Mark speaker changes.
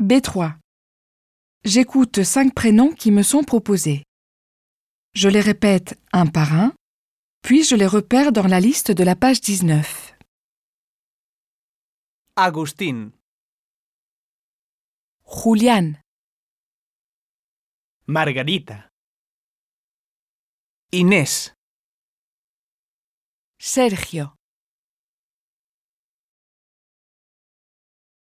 Speaker 1: B3. J'écoute cinq prénoms qui me sont proposés. Je les répète un par un, puis je les repère dans la liste de la page 19.
Speaker 2: Agustín,
Speaker 1: Julián,
Speaker 2: Margarita, Inés,
Speaker 1: Sergio,